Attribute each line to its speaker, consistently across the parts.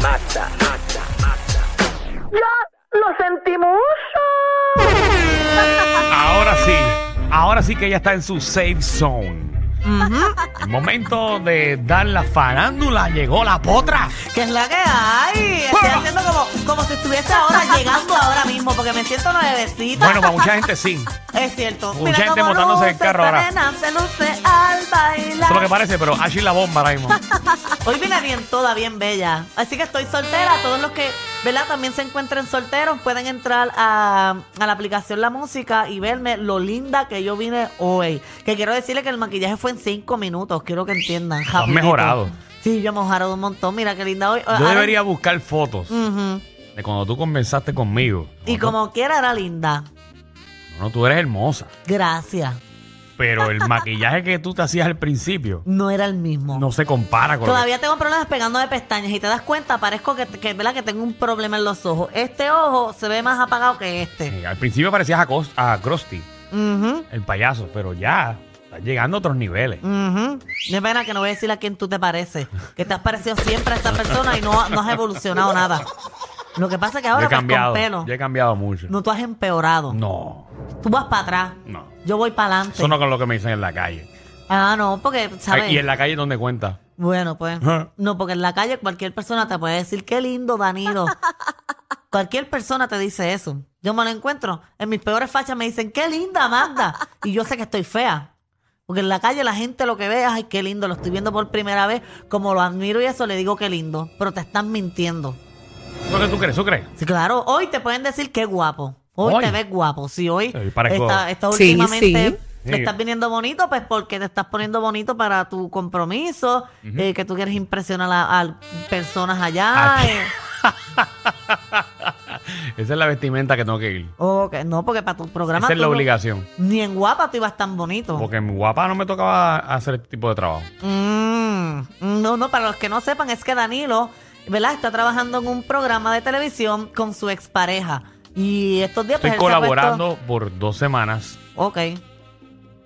Speaker 1: mata, mata, mata. ¡Ya lo sentimos!
Speaker 2: Ahora sí, ahora sí que ella está en su safe zone. El momento de dar la farándula, llegó la potra.
Speaker 3: ¿Qué es la que hay? Estoy
Speaker 2: ¡Fuera!
Speaker 3: haciendo como, como si estuviese ahora llegando ahora mismo, porque me siento nuevecita.
Speaker 2: Bueno, para mucha gente sí.
Speaker 3: es cierto.
Speaker 2: mucha gente montándose en el carro ahora.
Speaker 3: Serena, se luce al
Speaker 2: Eso es lo
Speaker 3: bailar.
Speaker 2: que parece, pero Ashley la bomba ahora mismo.
Speaker 3: Hoy viene bien toda, bien bella. Así que estoy soltera. Todos los que, ¿verdad? También se encuentren solteros pueden entrar a, a la aplicación La Música y verme lo linda que yo vine hoy. Que quiero decirle que el maquillaje fue en cinco minutos. Quiero que entiendan. Has
Speaker 2: mejorado.
Speaker 3: Sí, yo he mejorado un montón. Mira qué linda hoy.
Speaker 2: Yo
Speaker 3: Ahora-
Speaker 2: debería buscar fotos
Speaker 3: Ujú.
Speaker 2: de cuando tú conversaste conmigo.
Speaker 3: Y
Speaker 2: Cuando
Speaker 3: como quiera era linda.
Speaker 2: tú- No, tú eres hermosa.
Speaker 3: Gracias.
Speaker 2: Pero el maquillaje que tú te hacías al principio
Speaker 3: No era el mismo.
Speaker 2: no se compara con lo que-
Speaker 3: Todavía tengo problemas pegando de pestañas y te das cuenta, parezco que, que, ¿verdad? que tengo un problema en los ojos. Este ojo se ve más apagado que este.
Speaker 2: Eh, Al principio parecías a, Cos- a Krusty,
Speaker 3: Ujú,
Speaker 2: el payaso, pero ya estás llegando a otros niveles.
Speaker 3: ujú. De pena que no voy a decir a quién tú te pareces. Que te has parecido siempre a esa persona y no, no has evolucionado nada. Lo que pasa es que
Speaker 2: Yo
Speaker 3: ahora
Speaker 2: he
Speaker 3: vas
Speaker 2: cambiado.
Speaker 3: con pelo.
Speaker 2: Yo he cambiado mucho.
Speaker 3: No, tú has empeorado.
Speaker 2: No,
Speaker 3: Tú vas para atrás.
Speaker 2: no.
Speaker 3: Yo voy para adelante.
Speaker 2: Eso no con lo que me dicen en la calle.
Speaker 3: Ah, no, porque, ¿sabes?
Speaker 2: Ay, Y en la calle donde cuenta.
Speaker 3: Bueno, pues.
Speaker 2: Ajá.
Speaker 3: No, porque en la calle cualquier persona te puede decir, qué lindo, Danilo. cualquier persona te dice eso. Yo me lo encuentro. En mis peores fachas me dicen, qué linda, Magda. Y yo sé que estoy fea. Porque en la calle la gente lo que ve, ay, qué lindo, lo estoy viendo por primera vez. Como lo admiro y eso, le digo, qué lindo. Pero te están mintiendo.
Speaker 2: ¿Eso que tú crees? ¿Eso crees?
Speaker 3: Sí, claro, hoy te pueden decir que guapo. Hoy,
Speaker 2: Hoy.
Speaker 3: te ves guapo. Si hoy
Speaker 2: Ay, parezco-
Speaker 3: estás estás
Speaker 4: Sí,
Speaker 3: últimamente
Speaker 2: sí.
Speaker 3: te estás viniendo bonito, pues porque te estás poniendo bonito para tu compromiso, eh, que tú quieres impresionar a, a personas allá.
Speaker 2: Aquí.
Speaker 3: eh.
Speaker 2: Esa es la vestimenta que tengo que ir.
Speaker 3: O que- no, porque para tu programa.
Speaker 2: Esa es
Speaker 3: tú
Speaker 2: la
Speaker 3: no-
Speaker 2: obligación.
Speaker 3: Ni en guapa tú Pues ibas tan bonito.
Speaker 2: Porque mi guapa no me tocaba hacer este tipo de trabajo.
Speaker 3: Mm, no, no, para los que no sepan, es que Danilo, ¿verdad? Está trabajando en un programa de televisión con su expareja. Y estos días pues,
Speaker 2: Estoy
Speaker 3: él se ha puesto-
Speaker 2: colaborando por dos semanas.
Speaker 3: Ok.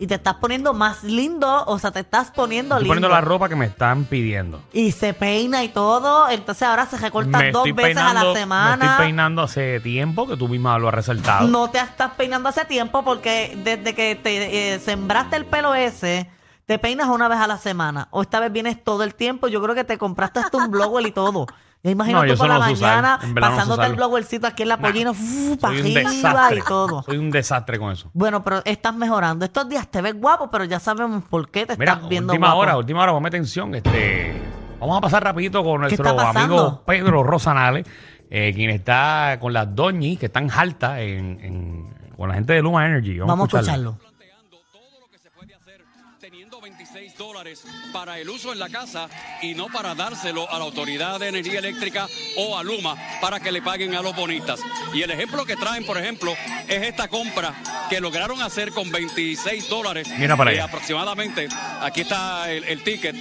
Speaker 3: Y te estás poniendo más lindo, o sea, te estás poniendo
Speaker 2: Estoy
Speaker 3: lindo.
Speaker 2: poniendo la ropa que me están pidiendo.
Speaker 3: y se peina y todo, entonces ahora se recorta
Speaker 2: Me
Speaker 3: dos
Speaker 2: estoy
Speaker 3: veces
Speaker 2: peinando-
Speaker 3: a la
Speaker 2: Me estoy
Speaker 3: semana.
Speaker 2: peinando hace tiempo que tú misma lo has resaltado.
Speaker 3: No te estás peinando hace tiempo porque desde que te eh, sembraste el pelo ese, te peinas una vez a la semana. O esta vez vienes todo el tiempo. Yo creo que te compraste hasta un blogger y todo. Ya imagino
Speaker 2: No, yo
Speaker 3: tú por
Speaker 2: eso
Speaker 3: la
Speaker 2: no lo sé usar.
Speaker 3: mañana
Speaker 2: En verdad no sé
Speaker 3: pasándote el
Speaker 2: usarlo.
Speaker 3: bloggercito aquí en la
Speaker 2: Nah,
Speaker 3: pollina, uf, pa'
Speaker 2: Soy un
Speaker 3: arriba
Speaker 2: desastre.
Speaker 3: y todo.
Speaker 2: Soy un desastre con eso.
Speaker 3: Bueno, pero estás mejorando. Estos días te ves guapo, pero ya sabemos por qué te
Speaker 2: Mira,
Speaker 3: estás viendo
Speaker 2: última
Speaker 3: guapo.
Speaker 2: hora, última hora, ponme atención. Este, vamos a pasar rapidito con nuestro
Speaker 3: está pasando?
Speaker 2: amigo Pedro Rosanales, eh, quien está con las doñis que están altas en, en- con la gente de Luma Energy. Vamos,
Speaker 3: Vamos a
Speaker 2: escucharlo.
Speaker 3: escucharlo.
Speaker 5: planteando todo lo que se puede hacer teniendo 26 dólares para el uso en la casa y no para dárselo a la Autoridad de Energía Eléctrica o a Luma para que le paguen a los bonistas. Y el ejemplo que traen, por ejemplo, es esta compra que lograron hacer con 26 dólares. eh,
Speaker 2: Mira para allá.
Speaker 5: Aproximadamente, aquí está el, el ticket.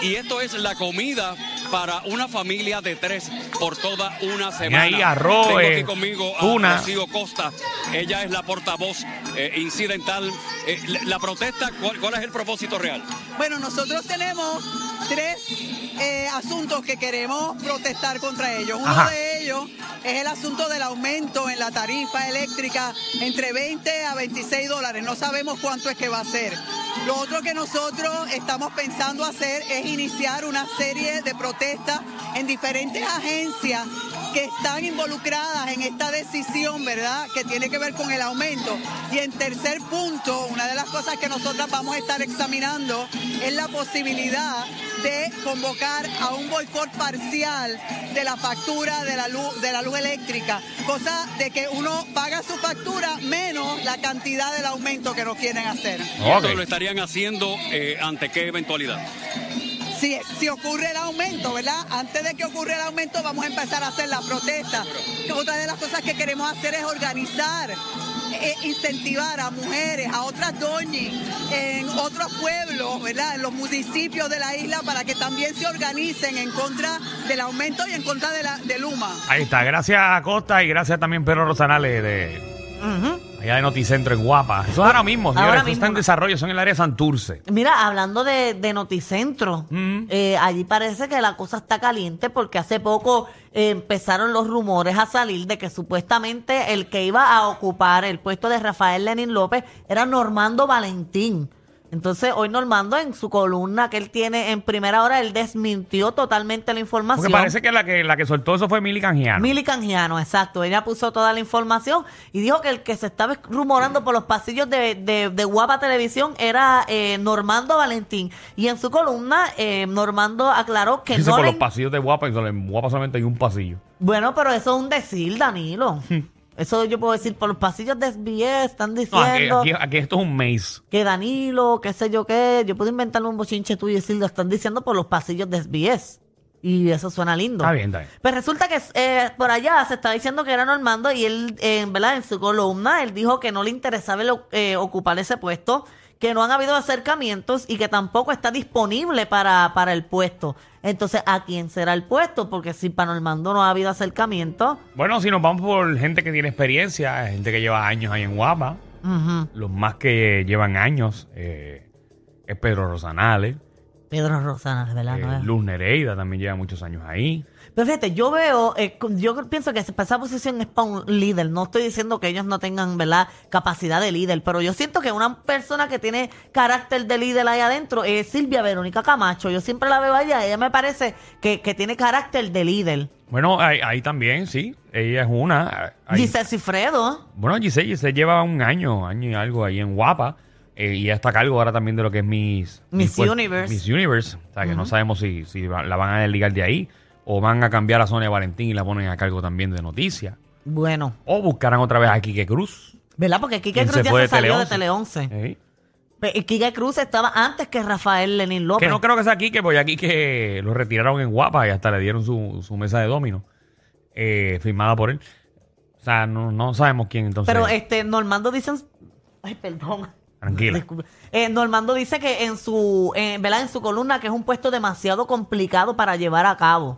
Speaker 5: Y esto es la comida para una familia de tres por toda una semana.
Speaker 2: ahí arroz,
Speaker 5: Tengo
Speaker 2: eh,
Speaker 5: aquí conmigo a
Speaker 2: tuna.
Speaker 5: Rocío Rocío Costa. Ella es la portavoz eh, incidental. Eh, la, la protesta, ¿cuál, cuál es el propósito real?
Speaker 6: Bueno, nosotros tenemos tres eh, asuntos que queremos protestar contra ellos. Uno
Speaker 2: Ajá.
Speaker 6: de ellos es el asunto del aumento en la tarifa eléctrica entre 20 a 26 dólares. No sabemos cuánto es que va a ser. Lo otro que nosotros estamos pensando hacer es iniciar una serie de protestas en diferentes agencias que están involucradas en esta decisión, ¿verdad? Que tiene que ver con el aumento. Y en tercer punto, una de las cosas que nosotras vamos a estar examinando es la posibilidad de convocar a un boicot parcial de la factura de la luz, de la luz eléctrica, cosa de que uno paga su factura menos la cantidad del aumento que nos quieren hacer.
Speaker 5: Y esto
Speaker 2: Ok.
Speaker 5: lo estarían haciendo eh, ante qué eventualidad.
Speaker 6: Si, si ocurre el aumento, ¿verdad? Antes de que ocurra el aumento vamos a empezar a hacer la protesta. Otra de las cosas que queremos hacer es organizar, eh, incentivar a mujeres, a otras doñas, en otros pueblos, ¿verdad? En los municipios de la isla para que también se organicen en contra del aumento y en contra de, la, de Luma.
Speaker 2: Ahí está, gracias a Costa y gracias también Pedro Rosanales de
Speaker 3: Ujú.
Speaker 2: Allá de Noticentro en Guapa. Eso es ahora mismo, señores.
Speaker 3: Ahora
Speaker 2: Eso está
Speaker 3: mismo.
Speaker 2: en desarrollo, son en el área de Santurce.
Speaker 3: Mira, hablando de, de Noticentro,
Speaker 2: Mm.
Speaker 3: eh, allí parece que la cosa está caliente porque hace poco eh, empezaron los rumores a salir de que supuestamente el que iba a ocupar el puesto de Rafael Lenin López era Normando Valentín. Entonces, hoy Normando, en su columna que él tiene en primera hora, él desmintió totalmente la información.
Speaker 2: Porque parece que la que, la que soltó eso fue Mili Canjiano.
Speaker 3: Mili Canjiano, exacto. Ella puso toda la información y dijo que el que se estaba rumorando por los pasillos de, de- de Guapa Televisión era eh, Normando Valentín. Y en su columna, eh, Normando aclaró que
Speaker 2: Dice
Speaker 3: no
Speaker 2: por
Speaker 3: le-
Speaker 2: los pasillos de Guapa, y solo en Guapa solamente hay un pasillo.
Speaker 3: Bueno, pero eso es un decir, Danilo. eso yo puedo decir, por los pasillos de SBS están
Speaker 2: Hmm. No,
Speaker 3: diciendo...
Speaker 2: aquí, aquí- aquí esto es un maze.
Speaker 3: Que Danilo, qué sé yo qué, yo puedo inventarme un bochinche tuyo y decir, lo están diciendo por los pasillos de SBS. Y eso suena lindo.
Speaker 2: Está bien, está bien.
Speaker 3: Pues resulta que eh, por allá se estaba diciendo que era Normando y él, eh, ¿verdad? En su columna, él dijo que no le interesaba el o- eh, ocupar ese puesto, que no han habido acercamientos y que tampoco está disponible para, para el puesto. Entonces, ¿a quién será el puesto? Porque si para Normando no ha habido acercamiento,
Speaker 2: Bueno, si nos vamos por gente que tiene experiencia, gente que lleva años ahí en Guapa,
Speaker 3: ujú,
Speaker 2: los más que llevan años eh, es Pedro Rosanales,
Speaker 3: Pedro Rosana, ¿verdad?
Speaker 2: eh,
Speaker 3: No es-
Speaker 2: Luz Nereida también lleva muchos años ahí.
Speaker 3: Pero fíjate, yo veo, eh, con- yo pienso que esa posición es para un líder. No estoy diciendo que ellos no tengan, ¿verdad?, capacidad de líder, pero yo siento que una persona que tiene carácter de líder ahí adentro es Silvia Verónica Camacho. Yo siempre la veo allá, ella me parece que, que tiene carácter de líder.
Speaker 2: Bueno, ahí, ahí también, sí. Ella es una. Ahí-
Speaker 3: Giselle Cifredo,
Speaker 2: Bueno, Giselle, Giselle lleva un año, año y algo ahí en Guapa. eh, y ya está a cargo ahora también de lo que es Miss,
Speaker 3: Miss
Speaker 2: pues,
Speaker 3: Universe.
Speaker 2: Miss Universe. O sea, que no sabemos si, si va- la van a desligar de ahí o van a cambiar a Sonia Valentín y la ponen a cargo también de noticias.
Speaker 3: bueno,
Speaker 2: O buscarán otra vez a Quique Cruz.
Speaker 3: ¿verdad? Porque Kike
Speaker 2: ¿Quién
Speaker 3: Cruz
Speaker 2: se
Speaker 3: ya
Speaker 2: fue
Speaker 3: se
Speaker 2: de
Speaker 3: salió de
Speaker 2: Tele
Speaker 3: Tele 11.
Speaker 2: ¿eh?
Speaker 3: Y Kike Cruz estaba antes que Rafael Lenín López.
Speaker 2: Que no creo que sea Quique, porque a Quique lo retiraron en Guapa y hasta le dieron su, su mesa de domino eh, firmada por él. O sea, no, no sabemos quién entonces.
Speaker 3: Pero
Speaker 2: es.
Speaker 3: este, Normando dicen. Ay, perdón.
Speaker 2: Tranquila.
Speaker 3: Disculpe. Eh, Normando dice que en su, eh, ¿verdad? En su columna que es un puesto demasiado complicado para llevar a cabo.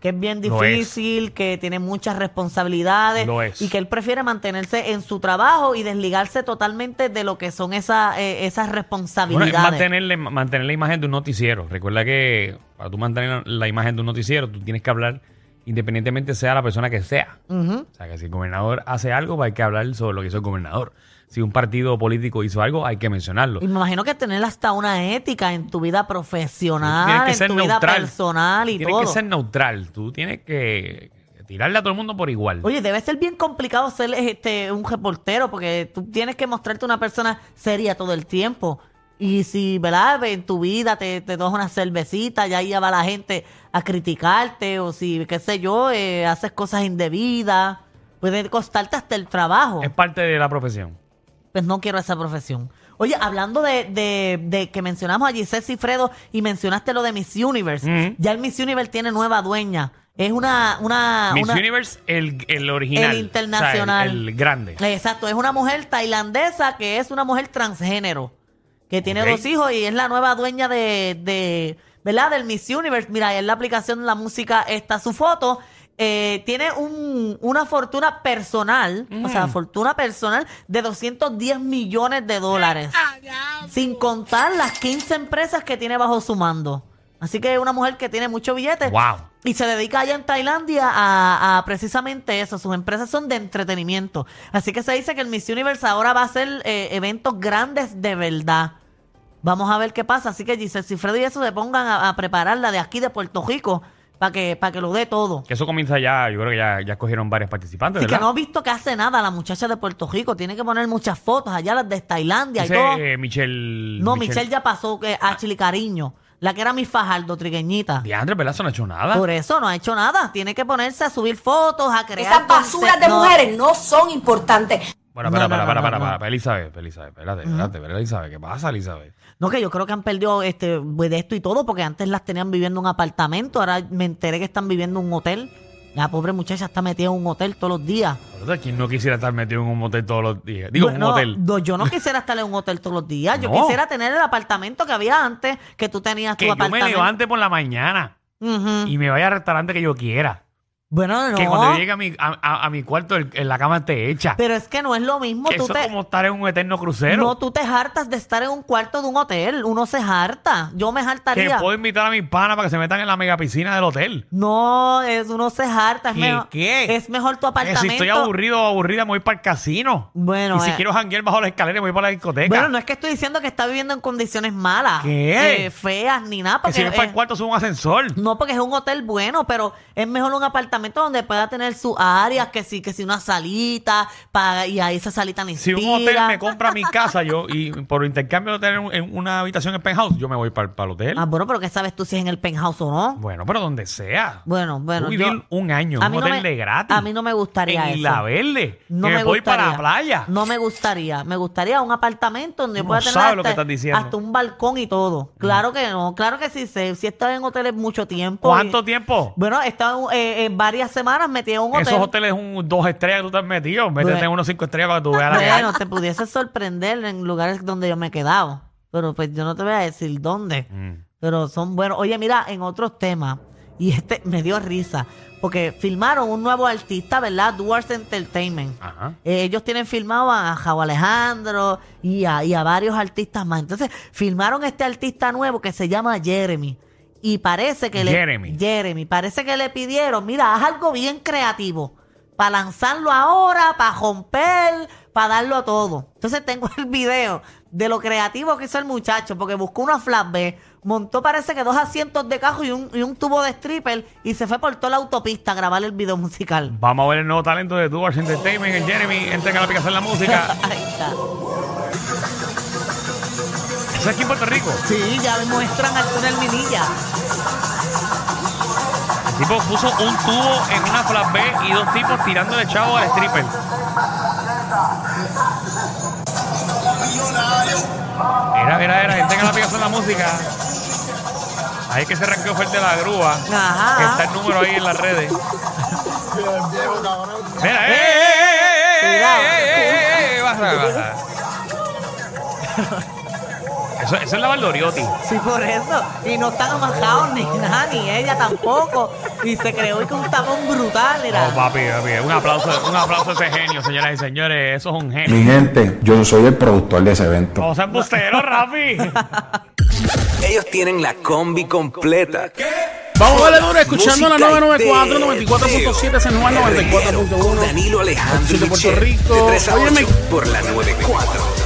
Speaker 3: Que es bien
Speaker 2: Lo es.
Speaker 3: difícil, que tiene muchas responsabilidades.
Speaker 2: Lo es.
Speaker 3: Y que él prefiere mantenerse en su trabajo y desligarse totalmente de lo que son esa, eh, esas
Speaker 2: Bueno, es
Speaker 3: responsabilidades.
Speaker 2: mantenerle- mantener la imagen de un noticiero. Recuerda que para tú mantener la imagen de un noticiero, tú tienes que hablar independientemente sea la persona que sea.
Speaker 3: Ujú.
Speaker 2: O sea, que si el gobernador hace algo, pues hay que hablar sobre lo que hizo el gobernador. Si un partido político hizo algo, hay que mencionarlo.
Speaker 3: Y me imagino que tener hasta una ética en tu vida
Speaker 2: Tienes
Speaker 3: profesional,
Speaker 2: que
Speaker 3: en
Speaker 2: ser
Speaker 3: tu vida
Speaker 2: neutral.
Speaker 3: personal y
Speaker 2: tienes
Speaker 3: todo.
Speaker 2: que ser neutral. Tú tienes que tirarle a todo el mundo por igual.
Speaker 3: Oye, debe ser bien complicado ser este un reportero porque tú tienes que mostrarte una persona seria todo el tiempo. Y si, ¿verdad? En tu vida te, te das una cervecita y ahí ya va la gente a criticarte o si, qué sé yo, eh, haces cosas indebidas, puede costarte hasta el trabajo.
Speaker 2: Es parte de la profesión.
Speaker 3: Pues no quiero esa profesión. Oye, hablando de, de- de que mencionamos a Giselle Cifredo y mencionaste lo de Miss Universe,
Speaker 2: Ujú.
Speaker 3: ya el Miss Universe tiene nueva dueña. Es una... una
Speaker 2: Miss
Speaker 3: Ah, una-
Speaker 2: Universe, el, el original.
Speaker 3: El internacional. Este.
Speaker 2: O sea, el, el grande.
Speaker 3: Exacto, es una mujer tailandesa que es una mujer transgénero, que tiene
Speaker 2: Ok.
Speaker 3: dos hijos y es la nueva dueña de, de ¿verdad? Del Miss Universe. Mira, en la aplicación la música está su foto. Eh, tiene un- una fortuna personal, o
Speaker 2: Mm.
Speaker 3: sea, fortuna personal de 210 millones de dólares, sin contar las 15 empresas que tiene bajo su mando. Así que es una mujer que tiene mucho billete.
Speaker 2: Wow.
Speaker 3: Y se dedica allá en Tailandia a, a precisamente eso. Sus empresas son de entretenimiento. Así que se dice que el Miss Universe ahora va a hacer eh, eventos grandes de verdad. Vamos a ver qué pasa. Así que Giselle Cifredo y eso se pongan a, a prepararla de aquí de Puerto Rico para que, para que lo dé todo.
Speaker 2: Que eso comienza ya, yo creo que ya, ya escogieron varios participantes,
Speaker 3: Así que
Speaker 2: ¿verdad?
Speaker 3: no he visto que hace nada la muchacha de Puerto Rico. Tiene que poner muchas fotos allá, las de Tailandia y
Speaker 2: Ese,
Speaker 3: todo.
Speaker 2: eh, Michelle.
Speaker 3: no, Michelle. ya pasó que a Chile Cariño, la que era mi Fajardo, trigueñita.
Speaker 2: Diandre, ¿verdad? Eso no ha hecho nada.
Speaker 3: Por eso no ha hecho nada. Tiene que ponerse a subir fotos, a crear.
Speaker 4: Esas basuras
Speaker 3: conte-
Speaker 4: de
Speaker 3: No.
Speaker 4: mujeres no son importantes.
Speaker 2: Bueno,
Speaker 3: No,
Speaker 2: para,
Speaker 3: no,
Speaker 2: para,
Speaker 3: no,
Speaker 2: para,
Speaker 3: no,
Speaker 2: para,
Speaker 3: no.
Speaker 2: para, Elizabeth, Elizabeth, espérate, espérate, espérate, Elizabeth, ¿qué pasa, Elizabeth?
Speaker 3: No, que yo creo que han perdido este pues, de esto y todo, porque antes las tenían viviendo en un apartamento. Ahora me enteré que están viviendo en un hotel. La pobre muchacha está metida en un hotel todos los días.
Speaker 2: Entonces, ¿Quién no quisiera estar metido en un motel todos los días? Digo,
Speaker 3: Bueno,
Speaker 2: un hotel.
Speaker 3: Pues no, yo no quisiera estar en un hotel todos los días. Yo
Speaker 2: No.
Speaker 3: quisiera tener el apartamento que había antes, que tú tenías
Speaker 2: Que
Speaker 3: tu
Speaker 2: yo me
Speaker 3: apartamento.
Speaker 2: levante por la mañana
Speaker 3: Ujú.
Speaker 2: y me vaya al restaurante que yo quiera.
Speaker 3: Bueno, no.
Speaker 2: Que cuando yo llegue a mi, a, a- a mi cuarto, el- en la cama esté hecha.
Speaker 3: Pero es que no es lo mismo.
Speaker 2: Que
Speaker 3: Tú
Speaker 2: eso
Speaker 3: te,
Speaker 2: es como estar en un eterno crucero.
Speaker 3: No, tú te hartas de estar en un cuarto de un hotel. Uno se harta. Yo me
Speaker 2: que
Speaker 3: hartaría.
Speaker 2: puedo invitar a mis panas para que se metan en la mega piscina del hotel.
Speaker 3: No, es, uno se harta. Es,
Speaker 2: ¿Qué,
Speaker 3: mejor,
Speaker 2: qué?
Speaker 3: es mejor tu
Speaker 2: Que
Speaker 3: apartamento.
Speaker 2: si estoy aburrido o aburrida, me voy para el casino.
Speaker 3: Bueno,
Speaker 2: y si
Speaker 3: eh,
Speaker 2: quiero janguear bajo la escalera, me voy para la discoteca.
Speaker 3: bueno, no es que estoy diciendo que está viviendo en condiciones malas,
Speaker 2: ¿Qué?
Speaker 3: eh, feas, ni nada.
Speaker 2: que
Speaker 3: Porque,
Speaker 2: si voy para el
Speaker 3: eh,
Speaker 2: cuarto, subo un ascensor.
Speaker 3: no, porque es un hotel bueno, pero es mejor un apartamento donde pueda tener sus áreas, que sí, que si una salita, para, y ahí esa salita ni
Speaker 2: Si un hotel me compra mi casa yo y por intercambio de tener un- en una habitación en penthouse, yo me voy para, el hotel.
Speaker 3: Ah, bueno, pero ¿qué sabes tú si es en el penthouse o no?
Speaker 2: Bueno, pero donde sea.
Speaker 3: Bueno, bueno.
Speaker 2: Voy a
Speaker 3: yo-
Speaker 2: vivir un año en
Speaker 3: a
Speaker 2: un
Speaker 3: mí no
Speaker 2: hotel
Speaker 3: me-
Speaker 2: de gratis.
Speaker 3: A mí no me gustaría
Speaker 2: en
Speaker 3: eso.
Speaker 2: Isla Verde.
Speaker 3: No
Speaker 2: que me,
Speaker 3: me
Speaker 2: voy para la
Speaker 3: gustaría.
Speaker 2: playa.
Speaker 3: No me gustaría. Me gustaría un apartamento donde yo
Speaker 2: No
Speaker 3: pueda tener
Speaker 2: sabes lo
Speaker 3: hasta,
Speaker 2: que estás diciendo.
Speaker 3: hasta un balcón y todo. Claro que no. Claro que sí. sé. Si he estado en hoteles mucho tiempo.
Speaker 2: ¿Cuánto
Speaker 3: y-
Speaker 2: tiempo?
Speaker 3: Bueno, he estado eh, eh, varias semanas metido en un hotel.
Speaker 2: Esos hoteles un, dos estrellas que tú estás metido. Métete en
Speaker 3: Bueno.
Speaker 2: unos cinco estrellas para que tú veas la
Speaker 3: Bueno,
Speaker 2: verdad.
Speaker 3: te pudiese sorprender en lugares donde yo me he quedado. Pero pues yo no te voy a decir dónde.
Speaker 2: Mm.
Speaker 3: Pero son buenos. Oye, mira, en otros temas. Y este me dio risa. Porque filmaron un nuevo artista, ¿verdad? Duars Entertainment.
Speaker 2: Ajá.
Speaker 3: Eh, ellos tienen filmado a Jao Alejandro y a, y a varios artistas más. Entonces, filmaron este artista nuevo que se llama Jeremy. Y parece que
Speaker 2: Jeremy.
Speaker 3: le. Jeremy. Parece que le pidieron, mira, haz algo bien creativo. Para lanzarlo ahora, para romper, para darlo todo. Entonces tengo el video de lo creativo que hizo el muchacho, porque buscó una flatbed, montó parece que dos asientos de cajo y un, y un tubo de stripper y se fue por toda la autopista a grabar el video musical.
Speaker 2: Vamos a ver el nuevo talento de Duars Entertainment. El Jeremy, entren a la aplicación de la música.
Speaker 3: Ahí está.
Speaker 2: Eso es aquí en Puerto Rico.
Speaker 3: Sí, ya me muestran al túnel Minilla.
Speaker 2: El tipo puso un tubo en una flash B y dos tipos tirándole chavo al stripper. Mira, mira, mira, gente que la aplicación la música. Ahí que se arrancó fuerte la grúa.
Speaker 3: Ajá.
Speaker 2: Que está el número ahí en las redes. Mira, eh, eh, eh, eh, eh,
Speaker 3: Cuidado.
Speaker 2: eh, eh, eh, eh, eh, baja, baja. Eso, eso es la Valdoriotti.
Speaker 3: Sí, por eso. Y no están amajados ni nada, ni ella tampoco. Y se creó que un tapón brutal
Speaker 2: No,
Speaker 3: era.
Speaker 2: papi, papi. Un aplauso, un aplauso a ese genio, señoras y señores. Eso es un genio.
Speaker 7: Mi gente, yo soy el productor de ese evento.
Speaker 2: O sea, embustero, Rafi.
Speaker 8: Ellos tienen la combi completa.
Speaker 9: Vamos a darle duro escuchando la
Speaker 8: Música y
Speaker 9: 994,
Speaker 8: teo.
Speaker 9: 94.7, San Juan
Speaker 8: El reguero con
Speaker 9: 94.1.
Speaker 8: Danilo Alejandro y
Speaker 9: de Puerto
Speaker 8: Michel,
Speaker 9: Rico.
Speaker 8: De 3 a
Speaker 9: Óyeme.
Speaker 8: 8 por la 94.